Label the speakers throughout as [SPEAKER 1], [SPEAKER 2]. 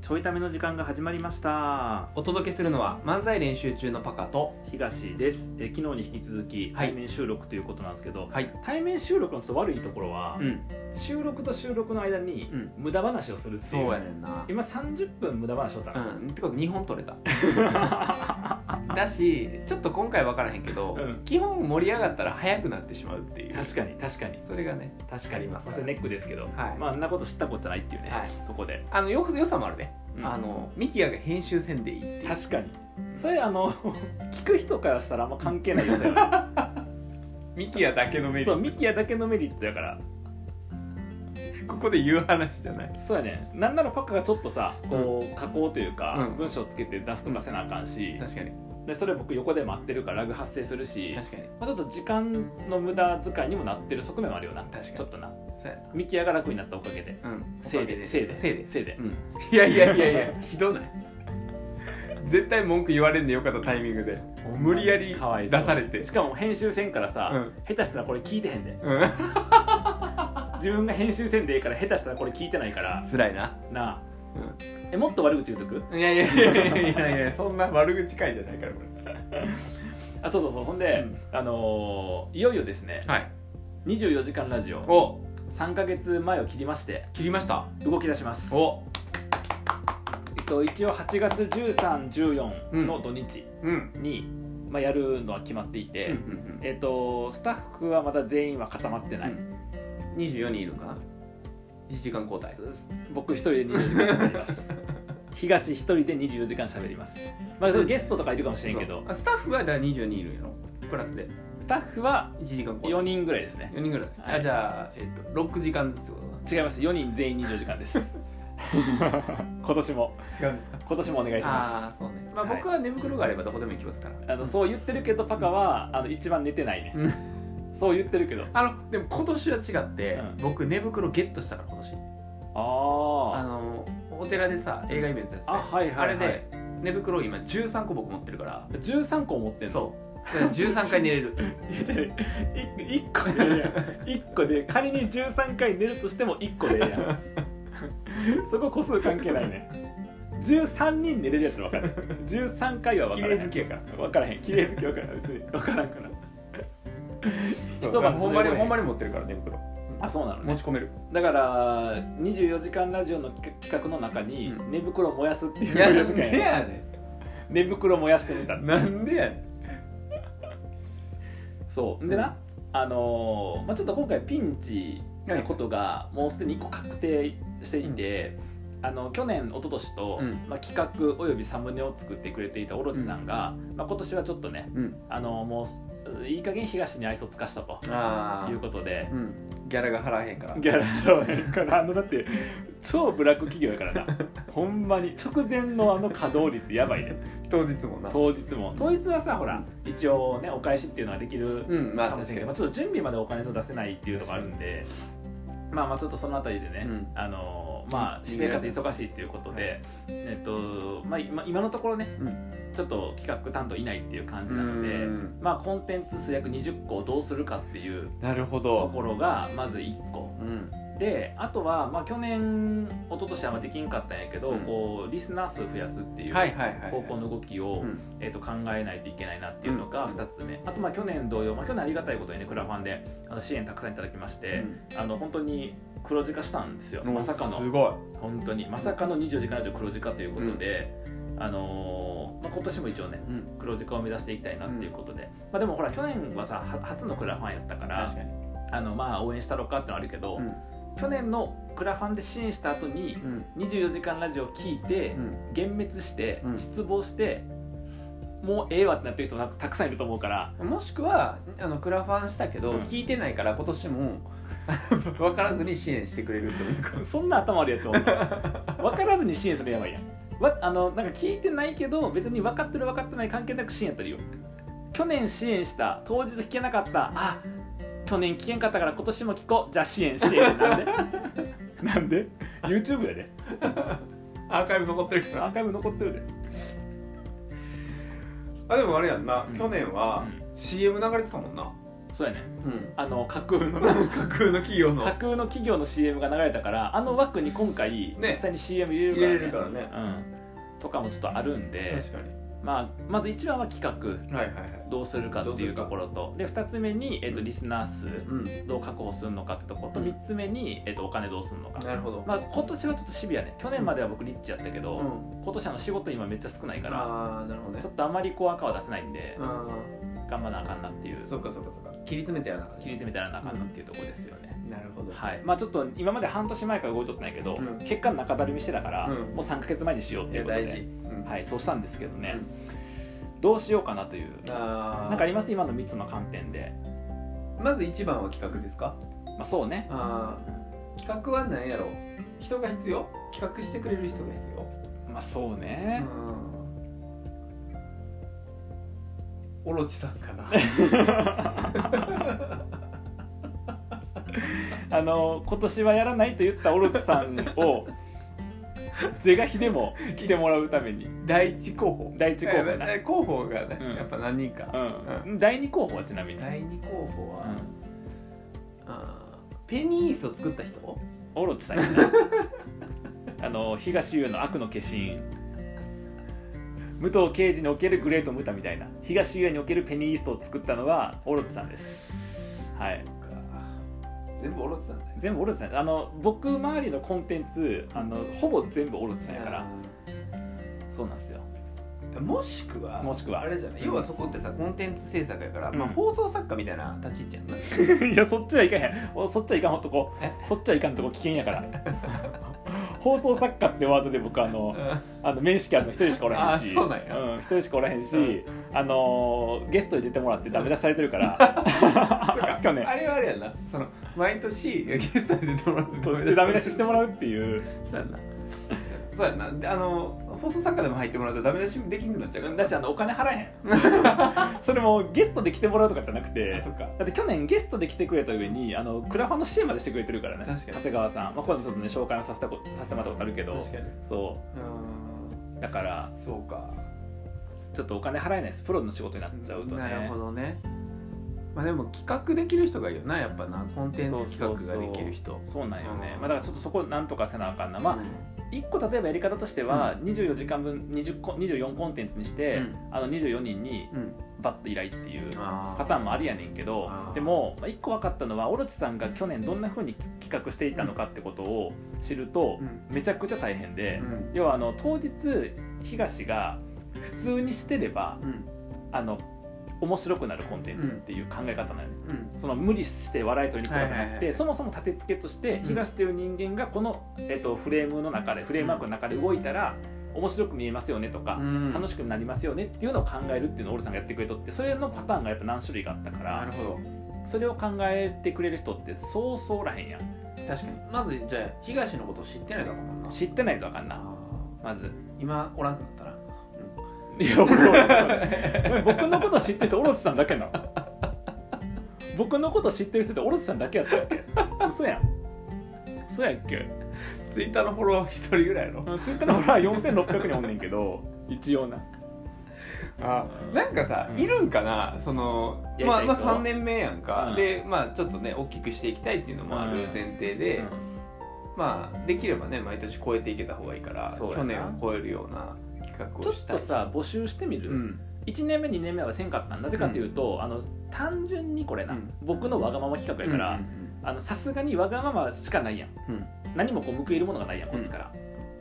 [SPEAKER 1] ちょいための時間が始まりました
[SPEAKER 2] お届けするのは漫才練習中のパカと
[SPEAKER 1] 東ですえ昨日に引き続き
[SPEAKER 2] はい
[SPEAKER 1] 対面収録ということなんですけど、
[SPEAKER 2] はい
[SPEAKER 1] 対面収録のちょっと悪いところは、
[SPEAKER 2] ん
[SPEAKER 1] 収録と収録の間に
[SPEAKER 2] うん
[SPEAKER 1] 無駄話をするって
[SPEAKER 2] そう
[SPEAKER 1] いう
[SPEAKER 2] やねんな
[SPEAKER 1] 今30分無駄話をった
[SPEAKER 2] う
[SPEAKER 1] な、
[SPEAKER 2] んってこと2本 取れ ただしちょっと今回分からへんけど、
[SPEAKER 1] うん
[SPEAKER 2] 基本盛り上がったら早くなってしまうっていう
[SPEAKER 1] 確かに確かに
[SPEAKER 2] それがね
[SPEAKER 1] 確
[SPEAKER 2] あります
[SPEAKER 1] まあそれネックですけど、
[SPEAKER 2] はい
[SPEAKER 1] まああんなこと知ったことないっていうね、
[SPEAKER 2] はい
[SPEAKER 1] とこで、
[SPEAKER 2] あのよ良さもあるね、
[SPEAKER 1] うん
[SPEAKER 2] あのミキヤが編集せんでいいっていう
[SPEAKER 1] 確かにそれあの 聞く人からしたらあんま関係ないよね
[SPEAKER 2] ミキヤだけの メリ
[SPEAKER 1] そう
[SPEAKER 2] ッ
[SPEAKER 1] ミキヤだけのメリットだから
[SPEAKER 2] トここで言う話じゃない
[SPEAKER 1] そうやねなんならパカがちょっとさこう加工というか、
[SPEAKER 2] うん
[SPEAKER 1] 文章つけて出すとかせなあかんし、
[SPEAKER 2] 確かに
[SPEAKER 1] でそれ僕横で待ってるからラグ発生するし、
[SPEAKER 2] 確かに
[SPEAKER 1] まあ、ちょっと時間の無駄遣いにもなってる側面もあるよな
[SPEAKER 2] 確かに
[SPEAKER 1] ちょっとな
[SPEAKER 2] そうやな
[SPEAKER 1] ミキヤが楽になったおかげで
[SPEAKER 2] うん
[SPEAKER 1] せいで
[SPEAKER 2] せ
[SPEAKER 1] せ
[SPEAKER 2] い
[SPEAKER 1] い
[SPEAKER 2] で
[SPEAKER 1] で
[SPEAKER 2] せいで
[SPEAKER 1] せいで
[SPEAKER 2] うんいやいやいやい やひどない絶対文句言われんでよかったタイミングで無理やり
[SPEAKER 1] かわいそう
[SPEAKER 2] 出されて
[SPEAKER 1] しかも編集せんからさ、
[SPEAKER 2] うん
[SPEAKER 1] 下手したらこれ聞いてへんで
[SPEAKER 2] うん
[SPEAKER 1] 自分が編集せんでええから下手したらこれ聞いてないから
[SPEAKER 2] 辛いな、
[SPEAKER 1] なあえもっと悪口言うとく
[SPEAKER 2] うん、いやいやいやいやいやいやそんな悪口会じゃないからこれ
[SPEAKER 1] あそうそうそうほんで、あのーいよいよですね
[SPEAKER 2] はい
[SPEAKER 1] 24時間ラジオ
[SPEAKER 2] お
[SPEAKER 1] 3か月前を切りまして
[SPEAKER 2] 切りました
[SPEAKER 1] 動き出します、
[SPEAKER 2] お
[SPEAKER 1] えっと、一応8月1314の土日
[SPEAKER 2] うん
[SPEAKER 1] に、まあ、やるのは決まっていて、
[SPEAKER 2] うんうん
[SPEAKER 1] えっと、スタッフはまだ全員は固まってない、
[SPEAKER 2] うん24人いるかな1時間交代
[SPEAKER 1] 僕一人で24時間喋ります 東一人で24時間喋りますまあそれゲストとかいるかもしれんけど
[SPEAKER 2] そうあスタッフはだから24人いるんやろクラスで
[SPEAKER 1] スタッフは
[SPEAKER 2] 1時間交
[SPEAKER 1] 4
[SPEAKER 2] 代
[SPEAKER 1] 人ぐらいですね
[SPEAKER 2] 4人ぐらい、
[SPEAKER 1] は
[SPEAKER 2] あ
[SPEAKER 1] い
[SPEAKER 2] じゃあ、えっと6時間ずつってこ
[SPEAKER 1] 違います4人全員24時間です 今年も今
[SPEAKER 2] とだな違うんですか
[SPEAKER 1] 年もお願いしま
[SPEAKER 2] ああそうね、まあ、
[SPEAKER 1] はい
[SPEAKER 2] 僕は寝袋があればどこでも行きますから、
[SPEAKER 1] すあのそう言ってるけどパカはあの一番寝てないねそう言ってるけど
[SPEAKER 2] あのでも今年は違って、
[SPEAKER 1] うん
[SPEAKER 2] 僕寝袋ゲットしたから今年あ
[SPEAKER 1] あー
[SPEAKER 2] のお寺でさ映画イベントやってて
[SPEAKER 1] あはいはいはい
[SPEAKER 2] あれで寝袋を今13個僕持ってるから
[SPEAKER 1] 13個持ってんの
[SPEAKER 2] そうだから13回寝れる
[SPEAKER 1] いや違うい1個でえ えやん1個で仮に13回寝るとしても1個でええやん そこ個数関係ないね13人寝れるやつ分かる13回 は分
[SPEAKER 2] 綺
[SPEAKER 1] からへん
[SPEAKER 2] 麗好きやから
[SPEAKER 1] 分からへん綺麗好き分からん別に分からん から一晩
[SPEAKER 2] ほんまに
[SPEAKER 1] それ覚えへん
[SPEAKER 2] ほんまに持ってるから寝袋
[SPEAKER 1] あそうなのね
[SPEAKER 2] 持ち込める
[SPEAKER 1] だから24時間ラジオの企画の中に
[SPEAKER 2] う
[SPEAKER 1] 寝袋燃やすっていう
[SPEAKER 2] な
[SPEAKER 1] 企
[SPEAKER 2] ん
[SPEAKER 1] 画や
[SPEAKER 2] で
[SPEAKER 1] ね
[SPEAKER 2] やね
[SPEAKER 1] 寝袋燃やしてみた
[SPEAKER 2] んなんでやねん
[SPEAKER 1] そうでな、あのーまあ、ちょっと今回ピンチなことがもうすでに1個確定していて、あの去年一昨年と、
[SPEAKER 2] うん
[SPEAKER 1] まあ、企画およびサムネを作ってくれていたオロチさんが、まあ、今年はちょっとね、
[SPEAKER 2] うん
[SPEAKER 1] あのーもういい加減東に愛想つかしたと
[SPEAKER 2] ああ
[SPEAKER 1] いうことで
[SPEAKER 2] うんギャラが払わへんから
[SPEAKER 1] ギャラローからあのだって超ブラック企業やから なほんまに直前のあの稼働率やばいね
[SPEAKER 2] 当日もな
[SPEAKER 1] 当日も当日はさほら一応ねお返しっていうのはできる
[SPEAKER 2] うんまあ
[SPEAKER 1] かもしれないけど、まあ、ちょっと準備までお金を出せないっていうところあるんでまあまあちょっとそのあたりでね、
[SPEAKER 2] うん
[SPEAKER 1] あのーまあ私生活忙しいっていうことで、えっとまあ、今今のところね、
[SPEAKER 2] うん
[SPEAKER 1] ちょっと企画担当いないっていう感じな
[SPEAKER 2] う
[SPEAKER 1] ので、
[SPEAKER 2] ん
[SPEAKER 1] まあコンテンツ数約20個をどうするかっていう
[SPEAKER 2] なるほ
[SPEAKER 1] と
[SPEAKER 2] ど
[SPEAKER 1] ころがまず1個
[SPEAKER 2] うん
[SPEAKER 1] であとは、まあ、去年一昨年はあんまできんかったんやけど、
[SPEAKER 2] うん
[SPEAKER 1] こうリスナー数増やすっていう
[SPEAKER 2] はいはいはい
[SPEAKER 1] 方向の動きを、
[SPEAKER 2] うん
[SPEAKER 1] えー、と考えないといけないなっていうのが
[SPEAKER 2] うん
[SPEAKER 1] 2つ目、あとまあ去年同様、まあ、去年ありがたいことにねクラファンであの支援たくさんいただきまして、あの本当に黒字化したんですよ
[SPEAKER 2] うん
[SPEAKER 1] まさか
[SPEAKER 2] す
[SPEAKER 1] の
[SPEAKER 2] ごい
[SPEAKER 1] 本当にまさかの24時間以上黒字化ということで、あのーまあ、今年も一応ね
[SPEAKER 2] うん
[SPEAKER 1] 黒字化を目指していきたいなっていうことで、まあ、でもほら去年はさは初のクラファンやったから
[SPEAKER 2] 確かに
[SPEAKER 1] あのまあ応援したろかってのはあるけど、
[SPEAKER 2] うん
[SPEAKER 1] 去年のクラファンで支援した後に
[SPEAKER 2] うん
[SPEAKER 1] 24時間ラジオ聞いて、
[SPEAKER 2] うん
[SPEAKER 1] 幻滅して
[SPEAKER 2] うん
[SPEAKER 1] 失望して、もうええわってなってる人もたたくさんいると思うから
[SPEAKER 2] もしくはあのクラファンしたけど、
[SPEAKER 1] うん
[SPEAKER 2] 聞いてないから今年も 分からずに支援してくれる人もいるか
[SPEAKER 1] そんな頭あるや つおんの分からずに支援するやばいやんわあのなんか聞いてないけど別に分かってる分かってない関係なく支援やったらいいよ去年支援した当日聞けなかったあ去年聞けんかったから今年も聞こうじゃあ支援支 援なんでなんで YouTube やで
[SPEAKER 2] ら アーカイブ残ってるか
[SPEAKER 1] アーカイブ残ってるで、
[SPEAKER 2] あでもあれやんな、
[SPEAKER 1] うん
[SPEAKER 2] 去年は
[SPEAKER 1] う
[SPEAKER 2] CM 流れてたもんな
[SPEAKER 1] そうやね
[SPEAKER 2] うん
[SPEAKER 1] あの架空 の
[SPEAKER 2] 架空の企業の
[SPEAKER 1] 架空の企業の CM が流れたからあの枠に今回、
[SPEAKER 2] ね
[SPEAKER 1] 実際に CM 入れ
[SPEAKER 2] 入れれ
[SPEAKER 1] る
[SPEAKER 2] る
[SPEAKER 1] か
[SPEAKER 2] から
[SPEAKER 1] ね
[SPEAKER 2] らね
[SPEAKER 1] うん、とかもちょっとあるんで、
[SPEAKER 2] 確かに
[SPEAKER 1] まあ、まず1話は企画
[SPEAKER 2] はいはいはい
[SPEAKER 1] どうするかっていうところとで2つ目に、えっと
[SPEAKER 2] うん
[SPEAKER 1] リスナー数
[SPEAKER 2] うん
[SPEAKER 1] どう確保するのかってとこと
[SPEAKER 2] うん
[SPEAKER 1] 3つ目に、えっとお金どうするのか、
[SPEAKER 2] なるほど
[SPEAKER 1] まあ、今年はちょっとシビアね去年までは僕リッチやったけど、
[SPEAKER 2] うん
[SPEAKER 1] 今年あの仕事今めっちゃ少ないから
[SPEAKER 2] ああなるほどね
[SPEAKER 1] ちょっとあまりこう赤は出せないんで
[SPEAKER 2] あ
[SPEAKER 1] 頑張らなあかんなっていう
[SPEAKER 2] ーそっかそっかそっか切り詰めてやらなあかっ
[SPEAKER 1] 切り詰めたらなあかんなっていうところですよね、
[SPEAKER 2] なるほど
[SPEAKER 1] はいまあ、ちょっと今まで半年前から動いとったんやけど、
[SPEAKER 2] うん
[SPEAKER 1] 結果中だるみしてたから、
[SPEAKER 2] うん
[SPEAKER 1] もう3か月前にしようっ
[SPEAKER 2] い
[SPEAKER 1] てい
[SPEAKER 2] や
[SPEAKER 1] うことで
[SPEAKER 2] 大事、うん
[SPEAKER 1] はい、そうしたんですけどね、どうしようかなという
[SPEAKER 2] あー
[SPEAKER 1] なんかあります今の3つの観点で、
[SPEAKER 2] まず一番は企画ですか
[SPEAKER 1] まあ、そうね
[SPEAKER 2] あー企画は何やろ人が必要企画してくれる人が必要
[SPEAKER 1] まあそうね、
[SPEAKER 2] オロチさんかな
[SPEAKER 1] あの今年はやらないと言ったオロチさん を是が非でも来てもらうために
[SPEAKER 2] 第一候補
[SPEAKER 1] 第一候補な、
[SPEAKER 2] え候補がね、
[SPEAKER 1] うん
[SPEAKER 2] やっぱ何人か、
[SPEAKER 1] うん第2候補はちなみに、
[SPEAKER 2] 第二候補
[SPEAKER 1] う
[SPEAKER 2] は、
[SPEAKER 1] ん、
[SPEAKER 2] あーペニーイスを作った人
[SPEAKER 1] オロチさんや なあの東優の悪の化身武藤刑事におけるグレート・ムタみたいな東優におけるペニーイーストを作ったのはオロチさんですはい
[SPEAKER 2] 全部オロチさんだよ
[SPEAKER 1] 全部オロチさんあの僕周りのコンテンツあのほぼ全部オロチさんやからそうなんですよ
[SPEAKER 2] もしくは
[SPEAKER 1] もしくは
[SPEAKER 2] あれじゃない要はそこってさコンテンツ制作やから、まあ、
[SPEAKER 1] うん
[SPEAKER 2] 放送作家みたいな立ち位置やんな、
[SPEAKER 1] いやそっちはいかんやんおそっちはいかんほっとこ
[SPEAKER 2] え
[SPEAKER 1] そっちはいかんとこ危険やから 放送作家ってワードで僕あのあの面識あるの一人しかおらへんし
[SPEAKER 2] あそうなんや
[SPEAKER 1] うん、一人しかおらへんし、
[SPEAKER 2] うん
[SPEAKER 1] あのーゲストに出てもらってダメ出しされてるから 去年
[SPEAKER 2] あれはあれやんなその毎年ゲストで出てもらって
[SPEAKER 1] ダメ出ししてもらうっていう
[SPEAKER 2] そうやんなそうやんなであの放送作家でも入ってもらうとダメ出しできんくなっちゃうから
[SPEAKER 1] だしあのお金払えへん それもゲストで来てもらうとかじゃなく
[SPEAKER 2] あ
[SPEAKER 1] て
[SPEAKER 2] そっか
[SPEAKER 1] だって去年ゲストで来てくれた上にあのクラファンの支援までしてくれてるからね
[SPEAKER 2] 確かに
[SPEAKER 1] 長谷川さん、まあ、ここはちょっとね紹介をさせたこさせてもらったことあるけど
[SPEAKER 2] 確かに
[SPEAKER 1] そう
[SPEAKER 2] ー
[SPEAKER 1] うだから
[SPEAKER 2] んそうか
[SPEAKER 1] ちょっとお金払えないですプロの仕事になっちゃうとね
[SPEAKER 2] なるほどねまあでも企画できる人がいいよなやっぱなコンテンツ企画ができる人
[SPEAKER 1] そうなんよね、
[SPEAKER 2] うん
[SPEAKER 1] まあ、だからちょっとそこなんとかせなあかんなまあ、1個例えばやり方としては、24時間分20コ24コンテンツにして、
[SPEAKER 2] うん
[SPEAKER 1] あの24人に
[SPEAKER 2] うん、
[SPEAKER 1] バッと依頼っていう
[SPEAKER 2] あ
[SPEAKER 1] パターンもありやねんけど
[SPEAKER 2] あー
[SPEAKER 1] でも1個分かったのはオロチさんが去年どんな風に企画していたのかってことを知ると
[SPEAKER 2] う、ん
[SPEAKER 1] めちゃくちゃ大変で、
[SPEAKER 2] うん
[SPEAKER 1] 要はあの当日東が普通にしてれば
[SPEAKER 2] うん
[SPEAKER 1] あの面白くなるコンテンツっていう考え方なのよね。
[SPEAKER 2] うん
[SPEAKER 1] その無理して笑い取りに行くとかじゃなくて、
[SPEAKER 2] はいはいはい
[SPEAKER 1] そもそも立て付けとして
[SPEAKER 2] うん
[SPEAKER 1] 東という人間がこの、えっとフレームの中でフレームワークの中で動いたら面白く見えますよねとか、
[SPEAKER 2] うん
[SPEAKER 1] 楽しくなりますよねっていうのを考えるっていうのをオルさんがやってくれとってそれのパターンがやっぱ何種類かあったか
[SPEAKER 2] な
[SPEAKER 1] ら
[SPEAKER 2] るほど
[SPEAKER 1] それを考えてくれる人ってそうそうおらへんやん
[SPEAKER 2] 確かにまずじゃあ東のことを知ってないだろうもんな
[SPEAKER 1] 知ってないとあかんな
[SPEAKER 2] あ
[SPEAKER 1] まず
[SPEAKER 2] ー今おらんくなったら
[SPEAKER 1] いや俺俺 僕のこと知っててオロチさんだけなの僕のこと知ってる人ってオロチさんだけやったっけ嘘やん嘘やっけ
[SPEAKER 2] ツイッターのフォロワー一人ぐらいやろ
[SPEAKER 1] ツイッターのフォロワー4600人おんねんけど一応な
[SPEAKER 2] あなんかさ、
[SPEAKER 1] うん
[SPEAKER 2] いるんかなその
[SPEAKER 1] やりたい人
[SPEAKER 2] まあ、まあ3年目やんか、
[SPEAKER 1] うん
[SPEAKER 2] でまあちょっとね大きくしていきたいっていうのもある前提で、まあできればね毎年超えていけた方がいいから
[SPEAKER 1] そうやな
[SPEAKER 2] 去年を超えるような企画
[SPEAKER 1] ちょ
[SPEAKER 2] を
[SPEAKER 1] っ
[SPEAKER 2] したい
[SPEAKER 1] とさ募集してみ
[SPEAKER 2] う
[SPEAKER 1] る、
[SPEAKER 2] ん、
[SPEAKER 1] 1年目2年目はせんかったなぜかというと、あの単純にこれな、
[SPEAKER 2] うん
[SPEAKER 1] 僕のわがまま企画やからあのさすがにわがまましかないやん
[SPEAKER 2] うん
[SPEAKER 1] 何もこう報いるものがないやんこっちから、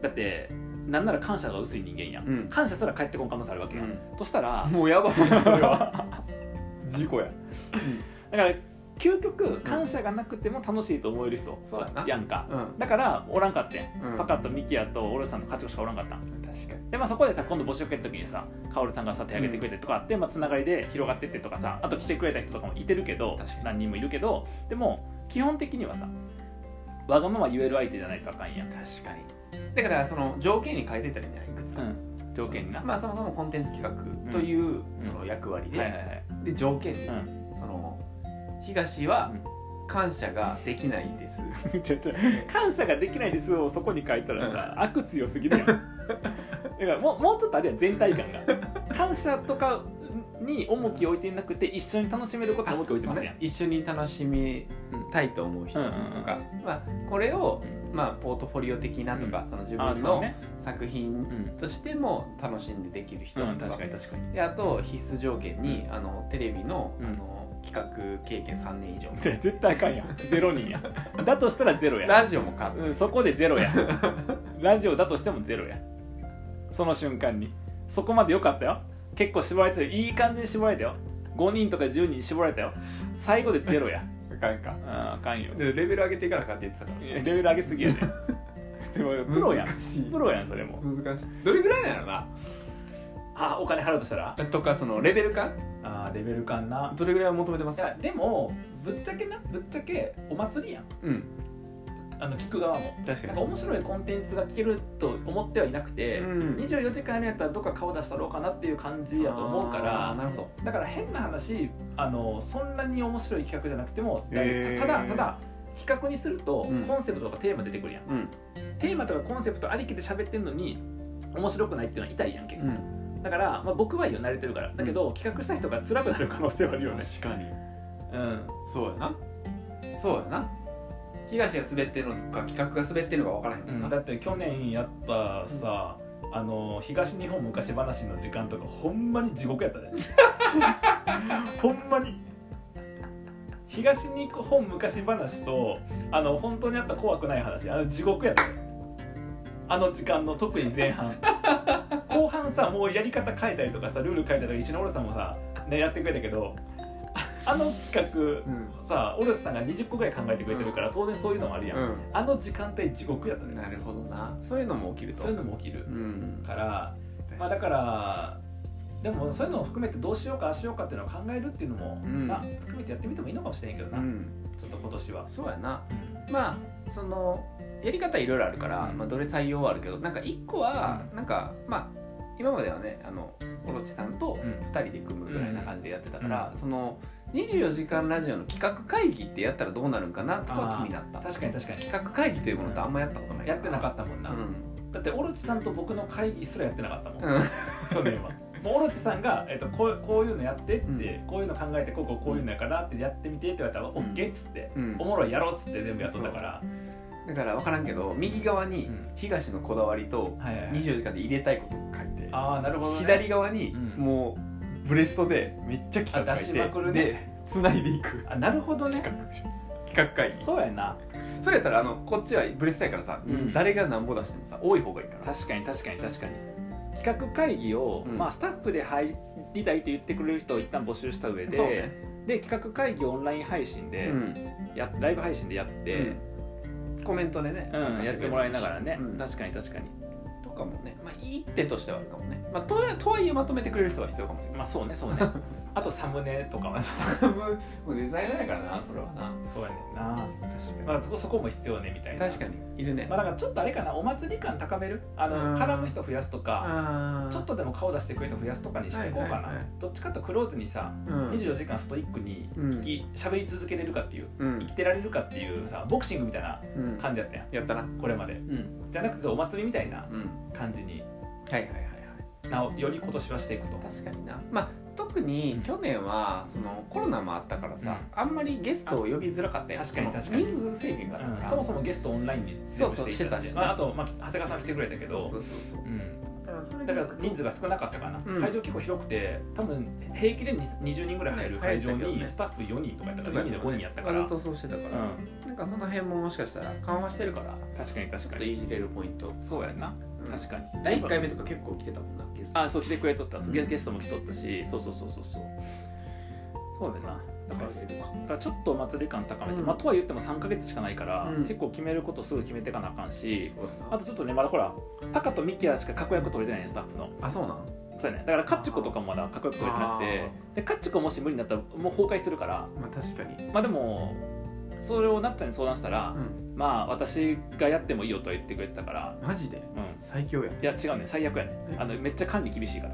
[SPEAKER 1] だってなんなら感謝が薄い人間やん、
[SPEAKER 2] うん
[SPEAKER 1] 感謝すら返ってこん可能性あるわけ
[SPEAKER 2] う
[SPEAKER 1] やん、
[SPEAKER 2] ん
[SPEAKER 1] としたら
[SPEAKER 2] うんもうやばいそれは
[SPEAKER 1] だ
[SPEAKER 2] 事故や、
[SPEAKER 1] から究極感謝がなくても楽しいと思える人
[SPEAKER 2] そうやな
[SPEAKER 1] やんか
[SPEAKER 2] うん
[SPEAKER 1] だからおらんかってん
[SPEAKER 2] うん
[SPEAKER 1] パカとミキヤとオルさんとカチコしかおらんかったん
[SPEAKER 2] 確かに
[SPEAKER 1] でまあそこでさ今度募集受けた時にさカオルさんがさ手挙げてくれてとかあって、まあ、つながりで広がってってとかさあと来てくれた人とかもいてるけど
[SPEAKER 2] 確かに
[SPEAKER 1] 何人もいるけどでも基本的にはさわがまま言える相手じゃないとあかんやん、
[SPEAKER 2] 確かにだからその条件に変えていったらいいんじゃないいくつか、
[SPEAKER 1] うん、条件にな、
[SPEAKER 2] まあそもそもコンテンツ企画という、その役割で、
[SPEAKER 1] はいはいはい
[SPEAKER 2] で条件
[SPEAKER 1] う
[SPEAKER 2] その東は感謝ができないです、
[SPEAKER 1] んちょちょ 感謝ができないですをそこに書いたらさ、悪強 すぎるやんだからもうもうちょっとあれや全体感が感謝とかに重きを置いてなくて一緒に楽しめる ことに重きを置いて ますやん
[SPEAKER 2] 一緒に楽しみたいと思う人とか、まあ、これを、まあ、ポートフォリオ的なとか、その自
[SPEAKER 1] あ
[SPEAKER 2] 分
[SPEAKER 1] そう
[SPEAKER 2] の
[SPEAKER 1] ね
[SPEAKER 2] 作品
[SPEAKER 1] うん
[SPEAKER 2] としても楽しんでできる人とか,、
[SPEAKER 1] 確かに確かに
[SPEAKER 2] であと必須条件に、あのテレビの,、
[SPEAKER 1] うん
[SPEAKER 2] あの企画経験3年以上
[SPEAKER 1] で絶対あかんやんゼロ人やだとしたらゼロや
[SPEAKER 2] ラジオも買う
[SPEAKER 1] うん、そこでゼロやラジオだとしてもゼロやその瞬間にそこまで良かったよ結構絞られてるいい感じに絞られたよ5人とか10人絞られたよ最後でゼロや
[SPEAKER 2] あかんか
[SPEAKER 1] ああかんよ
[SPEAKER 2] でレベル上げていかなあかんって言ってたから
[SPEAKER 1] いやレベル上げすぎやねでもプロやん
[SPEAKER 2] 難しい
[SPEAKER 1] プロやんそれも
[SPEAKER 2] 難しいどれぐらいなのか
[SPEAKER 1] あお金払うとしたら
[SPEAKER 2] なとかそのレベル感
[SPEAKER 1] あーレベル感な
[SPEAKER 2] どれぐらいを求めてま
[SPEAKER 1] い
[SPEAKER 2] すか
[SPEAKER 1] やでもぶっちゃけなぶっちゃけお祭りやん
[SPEAKER 2] うん
[SPEAKER 1] あの聞く側も
[SPEAKER 2] 確
[SPEAKER 1] なんか面白いコンテンツが聞けると思ってはいなくて、
[SPEAKER 2] うん
[SPEAKER 1] 24時間やるんやったらどっか顔出したろうかなっていう感じやと思うか
[SPEAKER 2] あー
[SPEAKER 1] ら
[SPEAKER 2] なるほ
[SPEAKER 1] だから変な話あのそんなに面白い企画じゃなくても大丈夫
[SPEAKER 2] へー
[SPEAKER 1] ただただ企画にすると
[SPEAKER 2] うん
[SPEAKER 1] コンセプトとかテーマ出てくるやん、
[SPEAKER 2] どうん
[SPEAKER 1] テーマとかコンセプトありきで喋ってんのに面白くないっていうのは痛いやん結
[SPEAKER 2] う
[SPEAKER 1] 構、
[SPEAKER 2] ん
[SPEAKER 1] だから、まあ、僕はいいよ慣れてるからだけど、企画した人が辛くなる可能性はあるよね
[SPEAKER 2] 確かに
[SPEAKER 1] うん
[SPEAKER 2] そうやなそうやな東が滑ってるのか企画が滑ってるのか分からへんもんな
[SPEAKER 1] だって去年やったさ、あの東日本昔話の時間とかほんまに地獄や ったねほんまに東日本昔話とあの本当にあった怖くない話あの地獄やったねあの時間の特に前 半後半さもうやり方変えたりとかさルール変えたりとか一ノオルさんもさ、ね、やってくれたけどああの企画
[SPEAKER 2] うん
[SPEAKER 1] さオルさんが20個ぐらい考えてくれてるから、当然そういうのもあるやん、あの時間帯地獄やった
[SPEAKER 2] うん
[SPEAKER 1] ね
[SPEAKER 2] なるほどなそういうのも起きると
[SPEAKER 1] そういうのも起きる
[SPEAKER 2] うん
[SPEAKER 1] から、まあ、だからでもそういうのを含めてどうしようかああしようかっていうのを考えるっていうのも、
[SPEAKER 2] うん
[SPEAKER 1] な含めてやってみてもいいのかもしれんけど
[SPEAKER 2] う
[SPEAKER 1] な、
[SPEAKER 2] ん
[SPEAKER 1] ちょっと今年は。
[SPEAKER 2] そうやなまあそのやり方いろいろあるから、
[SPEAKER 1] うん
[SPEAKER 2] まあ、どれ採用はあるけどなんか一個は、
[SPEAKER 1] う
[SPEAKER 2] なんかまあ今まではねあのオロチさんと
[SPEAKER 1] うん
[SPEAKER 2] 2人で組むぐらいな感じでやってたから、その24時間ラジオの企画会議ってやったらどうなるんかなとかは気になった
[SPEAKER 1] 確かに確かに
[SPEAKER 2] 企画会議というものってあんまやったことない
[SPEAKER 1] やってなかったもん
[SPEAKER 2] た
[SPEAKER 1] な、
[SPEAKER 2] うん、
[SPEAKER 1] だってオロチさんと僕の会議すらやってなかったもん、
[SPEAKER 2] うん、
[SPEAKER 1] 去年 はもうオロチさんが、えっと、こうこういうのやってって、
[SPEAKER 2] う
[SPEAKER 1] こういうの考えてこうこうこういうのやからってやってみてって言われたら「オッケーっつって、
[SPEAKER 2] うん
[SPEAKER 1] おもろいやろうっつって全部やっとったから、
[SPEAKER 2] だから分からんけど右側に
[SPEAKER 1] うん
[SPEAKER 2] 東のこだわりと
[SPEAKER 1] はいはいはい
[SPEAKER 2] 24時間で入れたいこと書いて、
[SPEAKER 1] ああなるほど、ね、
[SPEAKER 2] 左側に
[SPEAKER 1] うん
[SPEAKER 2] もうブレストでめっちゃ企画書いて、
[SPEAKER 1] あ出しまくるね
[SPEAKER 2] で繋いでいく
[SPEAKER 1] あなるほどね
[SPEAKER 2] 企画企画会議
[SPEAKER 1] そうやな
[SPEAKER 2] それやったらあのこっちはブレストやからさ、
[SPEAKER 1] うん
[SPEAKER 2] 誰がなんぼ出してもさ多い方がいいから
[SPEAKER 1] 確かに確かに確かに企画会議を、
[SPEAKER 2] うん
[SPEAKER 1] まあ、スタッフで入りたいと言ってくれる人を一旦募集した上で、
[SPEAKER 2] そうね、
[SPEAKER 1] で企画会議をオンライン配信
[SPEAKER 2] う
[SPEAKER 1] で
[SPEAKER 2] ん
[SPEAKER 1] や、ライブ配信でやって、
[SPEAKER 2] うんコメントでね、
[SPEAKER 1] うん
[SPEAKER 2] 参加し
[SPEAKER 1] やってもらいながらね、
[SPEAKER 2] うん
[SPEAKER 1] 確かに確かに
[SPEAKER 2] とかもね、まあ、いい手としてはあるかもね、まあ、とはとはいえまとめてくれる人は必要かもしれない
[SPEAKER 1] まあそうね そうねあとサムネとかは
[SPEAKER 2] もうデザイナーやからなそれはな
[SPEAKER 1] そうやねんな、
[SPEAKER 2] 確かに、
[SPEAKER 1] まあ、そこそこも必要ねみたいな
[SPEAKER 2] 確かにいるね、
[SPEAKER 1] まあ、なんかちょっとあれかなお祭り感高めるあ
[SPEAKER 2] う
[SPEAKER 1] の
[SPEAKER 2] ん
[SPEAKER 1] 絡む人増やすとか
[SPEAKER 2] あー
[SPEAKER 1] ちょっとでも顔出してくれる人増やすとかにしていこうかな、
[SPEAKER 2] はいはいはい
[SPEAKER 1] どっちかとクローズにさ
[SPEAKER 2] うん
[SPEAKER 1] 24時間ストイックに生き喋り続けれるかっていう
[SPEAKER 2] うん
[SPEAKER 1] 生きてられるかっていうさボクシングみたいな
[SPEAKER 2] うん
[SPEAKER 1] 感じやったやん
[SPEAKER 2] やったな
[SPEAKER 1] これまで
[SPEAKER 2] うん
[SPEAKER 1] じゃなくてお祭りみたいな
[SPEAKER 2] うん
[SPEAKER 1] 感じに
[SPEAKER 2] はいはいはいはい
[SPEAKER 1] なおより今年はしていくと
[SPEAKER 2] 確かになまあ特に去年はそのコロナもあったからさ、あんまりゲストを呼びづらかったよ
[SPEAKER 1] あ確かに
[SPEAKER 2] その
[SPEAKER 1] 確かに
[SPEAKER 2] 人数制限があったから、
[SPEAKER 1] そもそもゲストオンラインに全部していったし
[SPEAKER 2] そうそうしてたし
[SPEAKER 1] まあ、あと、まあ、長谷川さん来てくれたけ
[SPEAKER 2] そうそ
[SPEAKER 1] ど
[SPEAKER 2] うそうそう
[SPEAKER 1] うん
[SPEAKER 2] だからそれ
[SPEAKER 1] だ
[SPEAKER 2] で
[SPEAKER 1] から人数が少なかったかな、
[SPEAKER 2] うん
[SPEAKER 1] 会場結構広くて多分平気で20人ぐらい入る会場
[SPEAKER 2] 入ったけど
[SPEAKER 1] に
[SPEAKER 2] ね
[SPEAKER 1] スタッフ4人とかやったか
[SPEAKER 2] そう
[SPEAKER 1] ら
[SPEAKER 2] や
[SPEAKER 1] 4
[SPEAKER 2] ね
[SPEAKER 1] 人で5人やったから、う
[SPEAKER 2] ずっとそうしてたから、
[SPEAKER 1] ん、
[SPEAKER 2] なんかその辺ももしかしたら緩和してるから
[SPEAKER 1] 確かに確
[SPEAKER 2] ちょ
[SPEAKER 1] か
[SPEAKER 2] っと
[SPEAKER 1] に
[SPEAKER 2] いじれるポイント、
[SPEAKER 1] そうやんな、
[SPEAKER 2] うん
[SPEAKER 1] 確かに
[SPEAKER 2] 第1回目とか結構来てたもんなゲスト
[SPEAKER 1] あそう来てくれとった、
[SPEAKER 2] うん
[SPEAKER 1] ゲゲストも来とったしそうそうそうそうそうそうだよなだから
[SPEAKER 2] そうか
[SPEAKER 1] だからちょっとお祭り感高めて、
[SPEAKER 2] うん
[SPEAKER 1] まあ、とは言っても3か月しかないから、
[SPEAKER 2] うん
[SPEAKER 1] 結構決めることすぐ決めてかなあかんし
[SPEAKER 2] そうだな
[SPEAKER 1] あとちょっとねまだほらタカとミキヤしか確約取れてないねスタッフの
[SPEAKER 2] あそうなん
[SPEAKER 1] そうやねだからカッチコとかもまだ確約取れてなくてでカッチコもし無理になったらもう崩壊するから
[SPEAKER 2] まあ確かに
[SPEAKER 1] まあでもそれをなっちゃんに相談したら、
[SPEAKER 2] うん
[SPEAKER 1] まあ私がやってもいいよとは言ってくれてたから
[SPEAKER 2] マジで
[SPEAKER 1] うん
[SPEAKER 2] 最強や
[SPEAKER 1] いや違うね最悪やね
[SPEAKER 2] え
[SPEAKER 1] あのめっちゃ管理厳しいか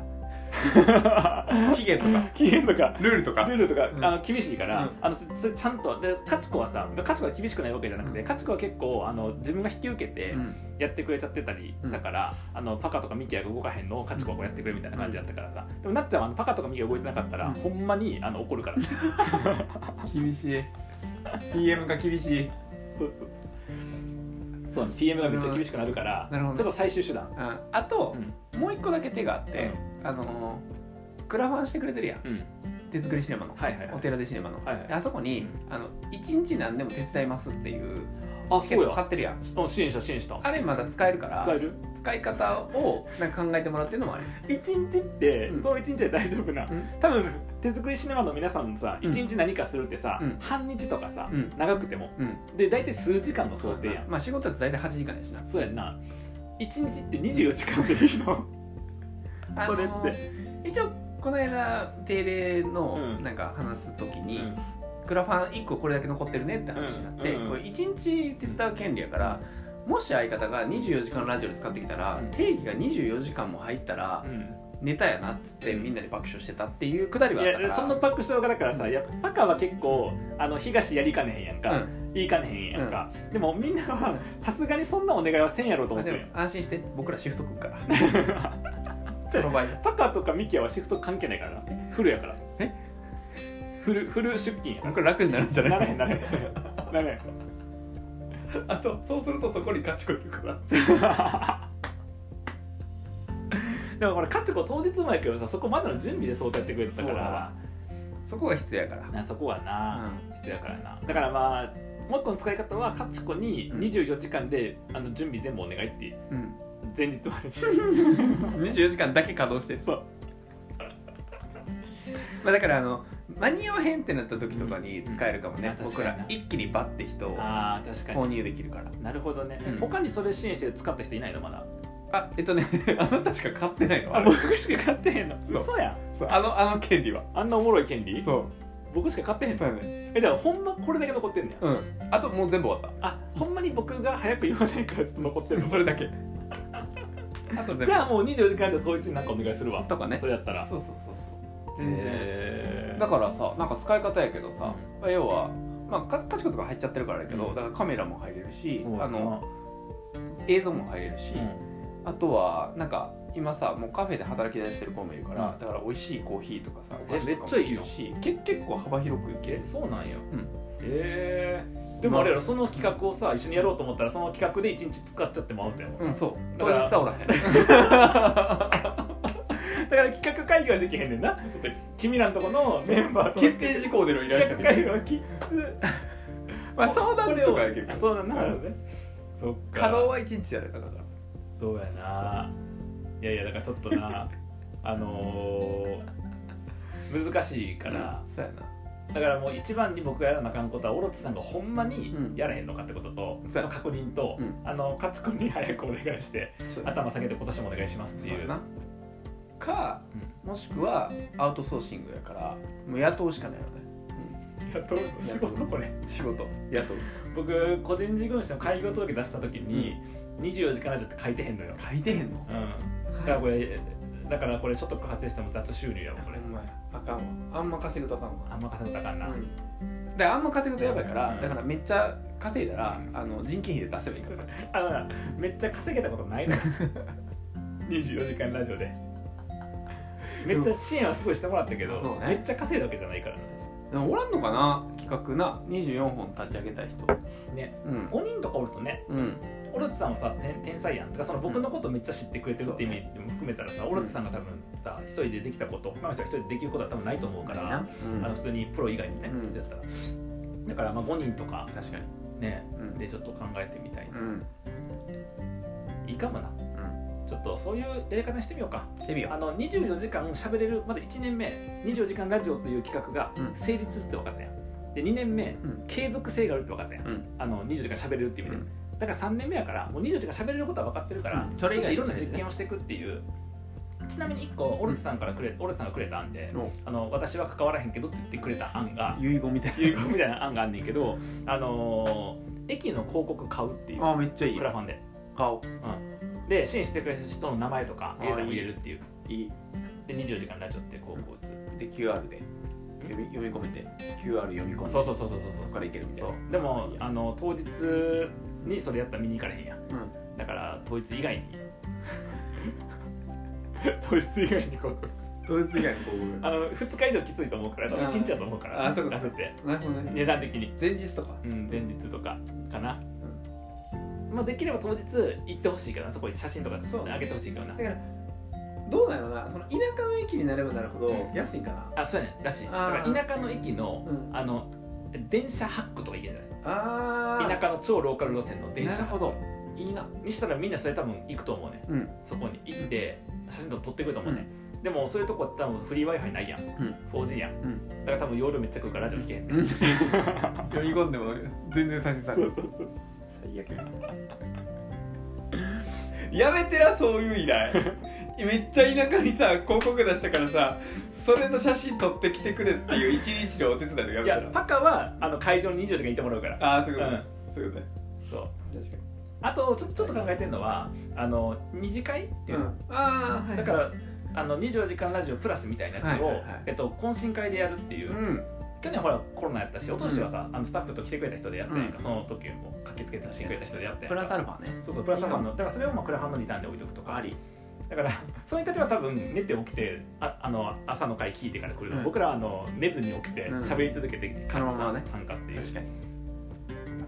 [SPEAKER 1] ら
[SPEAKER 2] 期限とか
[SPEAKER 1] 期限とか
[SPEAKER 2] ルールとか
[SPEAKER 1] ルールとか、
[SPEAKER 2] うん
[SPEAKER 1] あの厳しいから、
[SPEAKER 2] うん
[SPEAKER 1] あのそれちゃんとで勝子はさ勝子は厳しくないわけじゃなくて、
[SPEAKER 2] うん
[SPEAKER 1] 勝子は結構あの自分が引き受けて
[SPEAKER 2] うん
[SPEAKER 1] やってくれちゃってたりしたから、あのパカとかミキヤが動かへんのを勝子がこうやってくれみたいな感じだったからさ、でもなっちゃんはあのパカとかミキヤが動いてなかったら、
[SPEAKER 2] うん
[SPEAKER 1] ほんまにあの怒 るからそう
[SPEAKER 2] 厳しい PM が厳しい
[SPEAKER 1] そうそうそう PM がめっちゃ厳しくなるから、
[SPEAKER 2] なるほど
[SPEAKER 1] ちょっと最終手段
[SPEAKER 2] ああと
[SPEAKER 1] う、ん
[SPEAKER 2] もう一個だけ手があって、あのークラファンしてくれてるやん
[SPEAKER 1] うん
[SPEAKER 2] 手作りシネマの、
[SPEAKER 1] はいはいはい
[SPEAKER 2] お寺でシネマの、
[SPEAKER 1] はいはい
[SPEAKER 2] であそこに、あの1日何でも手伝いますっていう
[SPEAKER 1] あそ
[SPEAKER 2] チケッ
[SPEAKER 1] う
[SPEAKER 2] ト買
[SPEAKER 1] や
[SPEAKER 2] ってるやん
[SPEAKER 1] うん支援した支援した
[SPEAKER 2] あれまだ使えるから
[SPEAKER 1] 使える
[SPEAKER 2] 使い方をなんか考えてもらってるのもある、
[SPEAKER 1] 一日って、
[SPEAKER 2] うん
[SPEAKER 1] その一日で大丈夫な、
[SPEAKER 2] うん
[SPEAKER 1] 多分手作りシネマの皆さんもさ
[SPEAKER 2] う
[SPEAKER 1] 一
[SPEAKER 2] ん
[SPEAKER 1] 日何かするってさ、
[SPEAKER 2] うん
[SPEAKER 1] 半日とかさ、
[SPEAKER 2] うん
[SPEAKER 1] 長くても
[SPEAKER 2] うん、
[SPEAKER 1] で大体数時間の想
[SPEAKER 2] だ
[SPEAKER 1] 定
[SPEAKER 2] な
[SPEAKER 1] やん
[SPEAKER 2] まあ仕事だと大体8時間やしな
[SPEAKER 1] そうやんな一日って24時間でいい の
[SPEAKER 2] あ
[SPEAKER 1] そ
[SPEAKER 2] の
[SPEAKER 1] れ
[SPEAKER 2] ー
[SPEAKER 1] って、
[SPEAKER 2] 一応この間定例の
[SPEAKER 1] うん
[SPEAKER 2] なんか話す時
[SPEAKER 1] う
[SPEAKER 2] に、
[SPEAKER 1] ん
[SPEAKER 2] クラファン1個これだけ残ってるねって話になって、
[SPEAKER 1] うんうん
[SPEAKER 2] これ1日手伝う権利やからもし相方が24時間ラジオで使ってきたら、
[SPEAKER 1] うん
[SPEAKER 2] 定義が24時間も入ったらネタやなっつってみんなで爆笑してたっていうくだりはあった
[SPEAKER 1] い
[SPEAKER 2] か
[SPEAKER 1] や
[SPEAKER 2] ら
[SPEAKER 1] その爆笑がだからさ、いやパカは結構あの東やりかねへんやん
[SPEAKER 2] う
[SPEAKER 1] か、
[SPEAKER 2] ん
[SPEAKER 1] 言いかねへんやんか、でもみんなはさすがにそんなお願いはせんやろうと
[SPEAKER 2] ま
[SPEAKER 1] 思って
[SPEAKER 2] あで
[SPEAKER 1] る
[SPEAKER 2] も
[SPEAKER 1] やん
[SPEAKER 2] 安心して僕らシフト組むから
[SPEAKER 1] そ
[SPEAKER 2] そうの場合は
[SPEAKER 1] パカとかミキヤはシフト関係ないからなフルやから
[SPEAKER 2] え
[SPEAKER 1] フルフル出勤やから
[SPEAKER 2] 僕ら楽になるんじ ゃな
[SPEAKER 1] な
[SPEAKER 2] い
[SPEAKER 1] らへんならへんならへん
[SPEAKER 2] あとそうするとそこに勝ちこいるか ら
[SPEAKER 1] でもこれカツコ当日前やけどさそこまでの準備でそうやってくれてたか
[SPEAKER 2] そうだわ
[SPEAKER 1] ら
[SPEAKER 2] そこが必要やから、
[SPEAKER 1] なそこはな、
[SPEAKER 2] う
[SPEAKER 1] 必要やからなだからまあもう一個の使い方はカツコに
[SPEAKER 2] うん
[SPEAKER 1] 24時間で、あの準備全部お願いって
[SPEAKER 2] ん
[SPEAKER 1] 前日までに
[SPEAKER 2] うん、24時間だけ稼働して
[SPEAKER 1] そう
[SPEAKER 2] まあだからあの間に合わへんってなった時とかに使えるかもね、
[SPEAKER 1] うん確
[SPEAKER 2] 僕
[SPEAKER 1] からに
[SPEAKER 2] 一気にバッて人を
[SPEAKER 1] あー確か
[SPEAKER 2] 購
[SPEAKER 1] に
[SPEAKER 2] 入できるから
[SPEAKER 1] なるほどね、
[SPEAKER 2] うん
[SPEAKER 1] 他にそれ支援して使った人いないのまだ
[SPEAKER 2] あえっとね あなたしか買ってないの
[SPEAKER 1] あ
[SPEAKER 2] あれ
[SPEAKER 1] 僕しか買ってへんの
[SPEAKER 2] そう
[SPEAKER 1] 嘘やん
[SPEAKER 2] そうあのあの権利は
[SPEAKER 1] あんなおもろい権利
[SPEAKER 2] そう
[SPEAKER 1] 僕しか買ってへん
[SPEAKER 2] そ
[SPEAKER 1] の
[SPEAKER 2] うやね
[SPEAKER 1] えじゃあほんまこれだけ残ってんねや、
[SPEAKER 2] うんあともう全部終わっ
[SPEAKER 1] あほんまに僕が早く言わないからずっと残ってる
[SPEAKER 2] た
[SPEAKER 1] の
[SPEAKER 2] それだけあと全部
[SPEAKER 1] じゃあもう24時間以上統一になんかお願いするわ
[SPEAKER 2] とかね
[SPEAKER 1] それやったら
[SPEAKER 2] そうそうそうそう全然、
[SPEAKER 1] え
[SPEAKER 2] だからさなんか使い方やけどさ、要はまあかカチコとか入っちゃってるからやけど、
[SPEAKER 1] うん
[SPEAKER 2] だからカメラも入れるし、
[SPEAKER 1] うん
[SPEAKER 2] あの映像も入れるし、
[SPEAKER 1] うん
[SPEAKER 2] あとはなんか今さもうカフェで働き出してる子もいるから、
[SPEAKER 1] うん
[SPEAKER 2] だから美味しいコーヒーとかさ
[SPEAKER 1] え
[SPEAKER 2] お菓子とかも
[SPEAKER 1] めっちゃいいよ
[SPEAKER 2] できるしけ結構幅広くいけ
[SPEAKER 1] え
[SPEAKER 2] る
[SPEAKER 1] そうなんや
[SPEAKER 2] うん
[SPEAKER 1] えーでもあれやろその企画をさ一緒にやろうと思ったらその企画で1日使っちゃってもアウトやもん、
[SPEAKER 2] うんそう
[SPEAKER 1] だ
[SPEAKER 2] 当
[SPEAKER 1] か
[SPEAKER 2] 日
[SPEAKER 1] ら
[SPEAKER 2] はおらへ
[SPEAKER 1] だ
[SPEAKER 2] ん
[SPEAKER 1] から企画会議はできへんねんな君らのとこのメンバーと
[SPEAKER 2] 決定事項での依頼しか
[SPEAKER 1] 企
[SPEAKER 2] で
[SPEAKER 1] 画
[SPEAKER 2] き
[SPEAKER 1] 会議
[SPEAKER 2] な
[SPEAKER 1] は
[SPEAKER 2] い
[SPEAKER 1] きつ
[SPEAKER 2] まあ相談とかやけど
[SPEAKER 1] あそうだななるほどねそっか
[SPEAKER 2] 稼働は1日やるからだから
[SPEAKER 1] そうやないやいやだからちょっとなあのー難しいから、
[SPEAKER 2] そうやな
[SPEAKER 1] だからもう一番に僕がやらなあかんことはオロチさんがほんまに
[SPEAKER 2] うん
[SPEAKER 1] やらへんのかってことと、
[SPEAKER 2] そう
[SPEAKER 1] そ
[SPEAKER 2] や
[SPEAKER 1] の確認と、
[SPEAKER 2] うん
[SPEAKER 1] あの勝子に早くお願いして
[SPEAKER 2] そうやな
[SPEAKER 1] 頭下げて今年もお願いしますって
[SPEAKER 2] そう
[SPEAKER 1] い
[SPEAKER 2] や
[SPEAKER 1] う
[SPEAKER 2] なかもしくはアウトソーシングやからもう雇うしかないよね
[SPEAKER 1] うん、いやどう仕事これ
[SPEAKER 2] 仕事雇う
[SPEAKER 1] 僕個人事業主の開業届出した時に、24時間ラジオって書いてへんのよ、
[SPEAKER 2] 書いてへんの
[SPEAKER 1] うん、だからこれだからこれ所得発生しても雑収入やもんこ
[SPEAKER 2] ほ
[SPEAKER 1] れ
[SPEAKER 2] んまやあかんわあんま稼ぐとあかんわ
[SPEAKER 1] あんま稼ぐとあかんな、
[SPEAKER 2] うんであんま稼ぐとやばいから、
[SPEAKER 1] うん
[SPEAKER 2] だからめっちゃ稼いだら、
[SPEAKER 1] うん
[SPEAKER 2] あの人件費で出せばいいから
[SPEAKER 1] あのなめっちゃ稼げたこと ないのよ24時間ラジオでめっちゃ支援はすごいしてもらったけど、
[SPEAKER 2] そうね
[SPEAKER 1] めっちゃ稼いだわけじゃないから
[SPEAKER 2] でもおらんのかな企画な24本立ち上げたい人
[SPEAKER 1] ね
[SPEAKER 2] うん
[SPEAKER 1] 5人とかおるとね
[SPEAKER 2] うん
[SPEAKER 1] オロチさんはさ天天才やんとかその僕のことめっちゃ知ってくれてるって意味も含めたらさ、オロチさんが多分さ一人でできたこと他の人が一人でできることは多分ないと思うから、
[SPEAKER 2] うん
[SPEAKER 1] あの普通にプロ以外にね、
[SPEAKER 2] うん
[SPEAKER 1] 人だったらだからまあ5人とか
[SPEAKER 2] 確かに
[SPEAKER 1] ね
[SPEAKER 2] うん
[SPEAKER 1] でちょっと考えてみたい、
[SPEAKER 2] うん
[SPEAKER 1] いいかもなちょっとそういうやり方にしてみようか
[SPEAKER 2] してみよ
[SPEAKER 1] あの24時間喋れるまだ1年目24時間ラジオという企画が
[SPEAKER 2] うん
[SPEAKER 1] 成立するって分かったやんで2年目
[SPEAKER 2] ううん
[SPEAKER 1] 継続性があるって分かったやん
[SPEAKER 2] うん
[SPEAKER 1] あの24時間喋れるっていう意味で、だから3年目やからもう24時間喋れることは分かってるから、
[SPEAKER 2] うんそれ以外
[SPEAKER 1] ちょ
[SPEAKER 2] の
[SPEAKER 1] っといろんな実験をしていくっていうちなみに1個オルツさんからくれ、オルツさんがくれた案で
[SPEAKER 2] の
[SPEAKER 1] あの私は関わらへんけどって言ってくれた案が
[SPEAKER 2] 遺言みたいな
[SPEAKER 1] 有効 みたいな案があんねんけどあのー駅の広告買うっていう
[SPEAKER 2] あめっちゃいい
[SPEAKER 1] クラファンで
[SPEAKER 2] 顔
[SPEAKER 1] で支援してくれる人の名前とか
[SPEAKER 2] あー
[SPEAKER 1] 映画も入れるっていう
[SPEAKER 2] いい
[SPEAKER 1] で24時間ラジオってこうこう打つ
[SPEAKER 3] で QR で読み読み込めて QR 読み込んで
[SPEAKER 1] そうそうそうそうそう
[SPEAKER 3] そ
[SPEAKER 1] そう
[SPEAKER 3] こからいけるみたいな
[SPEAKER 1] でも
[SPEAKER 3] いや
[SPEAKER 1] あの当日にそれやったら見に行かれへんや、
[SPEAKER 3] ん
[SPEAKER 1] だから当日以外 に当日以外にこう
[SPEAKER 2] 当日以外の広
[SPEAKER 1] あの2日以上きついと思うから多分
[SPEAKER 2] あー
[SPEAKER 1] 1日だと思うから
[SPEAKER 2] あそうか
[SPEAKER 1] 出せて
[SPEAKER 2] 告なるほどね
[SPEAKER 1] 値段的に
[SPEAKER 2] 前日とか
[SPEAKER 1] うん前日とかかな、まあできれば当日行ってほしいからそこに写真とか
[SPEAKER 2] そう
[SPEAKER 1] あげてほしいからな
[SPEAKER 2] だからどうなのなその田舎の駅になればなるほど安いんかな
[SPEAKER 1] あそうやねらしいだ
[SPEAKER 2] あー
[SPEAKER 1] から田舎の駅の、
[SPEAKER 2] うん
[SPEAKER 1] あの電車8区とか行けるんじゃ
[SPEAKER 2] あ
[SPEAKER 1] な
[SPEAKER 2] あ
[SPEAKER 1] い田舎の超ローカル路線の電
[SPEAKER 2] なる
[SPEAKER 1] 車
[SPEAKER 2] ほど
[SPEAKER 1] いいなにしたらみんなそれ多分行くと思うね
[SPEAKER 2] うん
[SPEAKER 1] そこに行って写真とか撮ってくると思うね、でもそういうとこって多分フリー w i f i ないやん、4G やん、
[SPEAKER 2] う
[SPEAKER 1] だから多分夜めっちゃ来るからラジオ聞けへん、
[SPEAKER 2] うん読み込んでも全然再生される
[SPEAKER 1] そうそう
[SPEAKER 3] 最悪や
[SPEAKER 2] やめてなそういう依頼めっちゃ田舎にさ広告出したからさそれの写真撮ってきてくれっていう一日のお手伝いでや
[SPEAKER 1] い
[SPEAKER 2] め
[SPEAKER 1] や
[SPEAKER 2] てな
[SPEAKER 1] パカはあの会場に24時間いてもらうから
[SPEAKER 2] ああそういうことね、そういうことね
[SPEAKER 1] そう
[SPEAKER 2] 確かに
[SPEAKER 1] あとちょちょっと考えてるのはあの二次会っていうの、
[SPEAKER 2] ああはい
[SPEAKER 1] だからあの24時間ラジオプラスみたいなやつを、
[SPEAKER 2] はいはいはい
[SPEAKER 1] えっと、懇親会でやるっていう、
[SPEAKER 2] うん
[SPEAKER 1] 去年ほらコロナやったし
[SPEAKER 2] うん
[SPEAKER 1] おととしはさ、あのスタッフと来てくれた人でやったやんか、
[SPEAKER 2] うん
[SPEAKER 1] その時も駆けつけて来てくれた人でやったやん
[SPEAKER 2] プ
[SPEAKER 1] か
[SPEAKER 2] ラスアルファね
[SPEAKER 1] そうそうプラスアルファのだからそれをまあクラファンのリターンで置いとくとか
[SPEAKER 2] あり
[SPEAKER 1] だから そういう人たちは多分寝て起きてああの朝の会聞いてから来る、
[SPEAKER 2] うん
[SPEAKER 1] 僕らはあの寝ずに起きて
[SPEAKER 2] うん
[SPEAKER 1] 喋り続けて
[SPEAKER 2] そのままね
[SPEAKER 1] 参加っていう
[SPEAKER 2] 確かに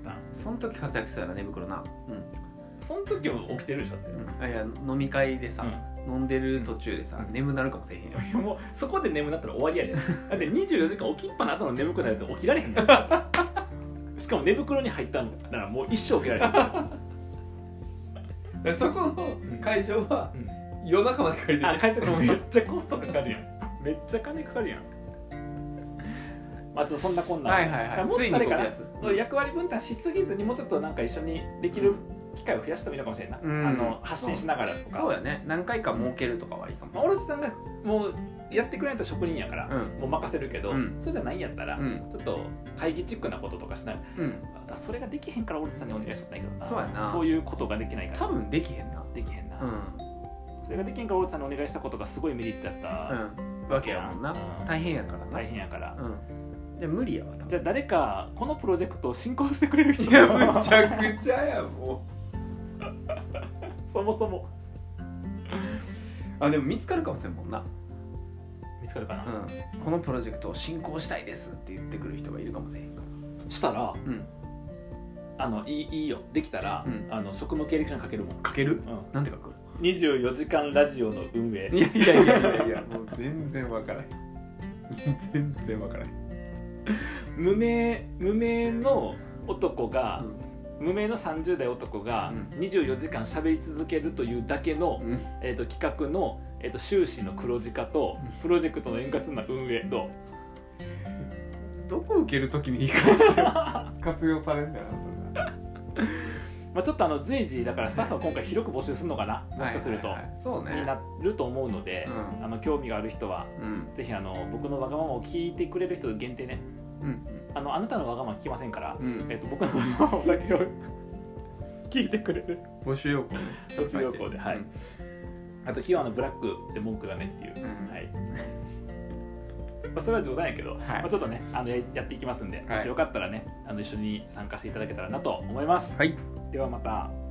[SPEAKER 1] パターン
[SPEAKER 2] その時活躍したら寝袋な
[SPEAKER 1] その時は起きてるでしょって、
[SPEAKER 2] うんあいや飲み会でさ、
[SPEAKER 1] う
[SPEAKER 2] 飲んでる途中でさ、眠なるかもしれへんよ
[SPEAKER 1] いやもうそこで眠なったら終わ りやでだって24時間起きっぱな後の眠くなるやつ起きられへんやつしかも寝袋に入ったんならもう一生起きられへ ん、
[SPEAKER 2] だからそこの会場は
[SPEAKER 1] うん
[SPEAKER 2] 夜中まで借りて
[SPEAKER 1] あ帰ってくるのめ
[SPEAKER 2] そ
[SPEAKER 1] っちゃコストかかるやんめっちゃ金かかるやんまあちょっとそんなこんな
[SPEAKER 2] はいはいはい
[SPEAKER 1] もうちょっとあれか
[SPEAKER 2] ついに動き出す
[SPEAKER 1] な役割分担しすぎずにもうちょっとなんか一緒にできる機会を増やしてもいいのかもしれんない、
[SPEAKER 2] うん
[SPEAKER 1] あの発信しながらとか
[SPEAKER 2] そうやね何回か儲けるとかはいいか
[SPEAKER 1] まあ
[SPEAKER 2] も
[SPEAKER 1] オロチさんがもうやってくれないと職人やから、
[SPEAKER 2] うん
[SPEAKER 1] もう任せるけど、
[SPEAKER 2] うん
[SPEAKER 1] そうじゃないんやったら、
[SPEAKER 2] うん
[SPEAKER 1] ちょっと会議チックなこととかしながら
[SPEAKER 2] うん
[SPEAKER 1] あそれができへんからオロチさんにお願いしとったんやけどな
[SPEAKER 2] そうやな
[SPEAKER 1] そういうことができないから
[SPEAKER 2] 多分できへんな
[SPEAKER 1] できへんな、
[SPEAKER 2] う
[SPEAKER 1] それができへんからオロチさんにお願いしたことがすごいメリットやった、
[SPEAKER 2] んうんわけやもんな
[SPEAKER 1] うん
[SPEAKER 2] 大変やからな
[SPEAKER 1] 大変やから、
[SPEAKER 2] うんじゃあ無理やわ多分
[SPEAKER 1] じゃあ誰かこのプロジェクトを進行してくれる人
[SPEAKER 2] いやむちゃくちゃやも
[SPEAKER 1] そもそも
[SPEAKER 2] うあでも見つかるかもしれんもんな
[SPEAKER 1] 見つかるかな、
[SPEAKER 2] うんこのプロジェクトを進行したいですって言ってくる人がいるかもしれへんから
[SPEAKER 1] したら
[SPEAKER 2] うん
[SPEAKER 1] あのいいいいよできたら、
[SPEAKER 2] うん
[SPEAKER 1] あの職務経歴書に書けるもん、
[SPEAKER 2] かける
[SPEAKER 1] うん、
[SPEAKER 2] なんでかく
[SPEAKER 1] 24時間ラジオの運営
[SPEAKER 2] いやいやいやいやいやもう全然わからへん全然わからへん
[SPEAKER 1] 無名無名の男が、無名の30代男が
[SPEAKER 2] う
[SPEAKER 1] 24時間喋り続けるというだけの、
[SPEAKER 2] うん
[SPEAKER 1] えー、と企画の、えー、と収支の黒字化と
[SPEAKER 2] うん
[SPEAKER 1] プロジェクトの円滑な運営と
[SPEAKER 2] どこ受けるときにいいか ですよ活用されるんだよなそれは
[SPEAKER 1] まあ、ちょっとあの随時だからスタッフは今回広く募集するのかなもしかすると、
[SPEAKER 2] はいはいはいそうね
[SPEAKER 1] になると思うので、
[SPEAKER 2] う
[SPEAKER 1] あの興味がある人は
[SPEAKER 2] うん
[SPEAKER 1] ぜひあの僕のわがままを聞いてくれる人限定ね
[SPEAKER 2] うん
[SPEAKER 1] あのあなたのわがまま聞きませんから、
[SPEAKER 2] うん
[SPEAKER 1] えっと、僕のわがままだけを 聞いてくれる
[SPEAKER 2] 募集要項ね
[SPEAKER 1] 募集要項ではい
[SPEAKER 2] うん
[SPEAKER 1] あと費用はあのブラックで文句がねっていう、
[SPEAKER 2] うん
[SPEAKER 1] はいまあそれは冗談やけど、まあ、ちょっとねあのややっていきますんで、
[SPEAKER 2] はい
[SPEAKER 1] もしよかったらねあの一緒に参加していただけたらなと思います、
[SPEAKER 2] はい
[SPEAKER 1] ではまた。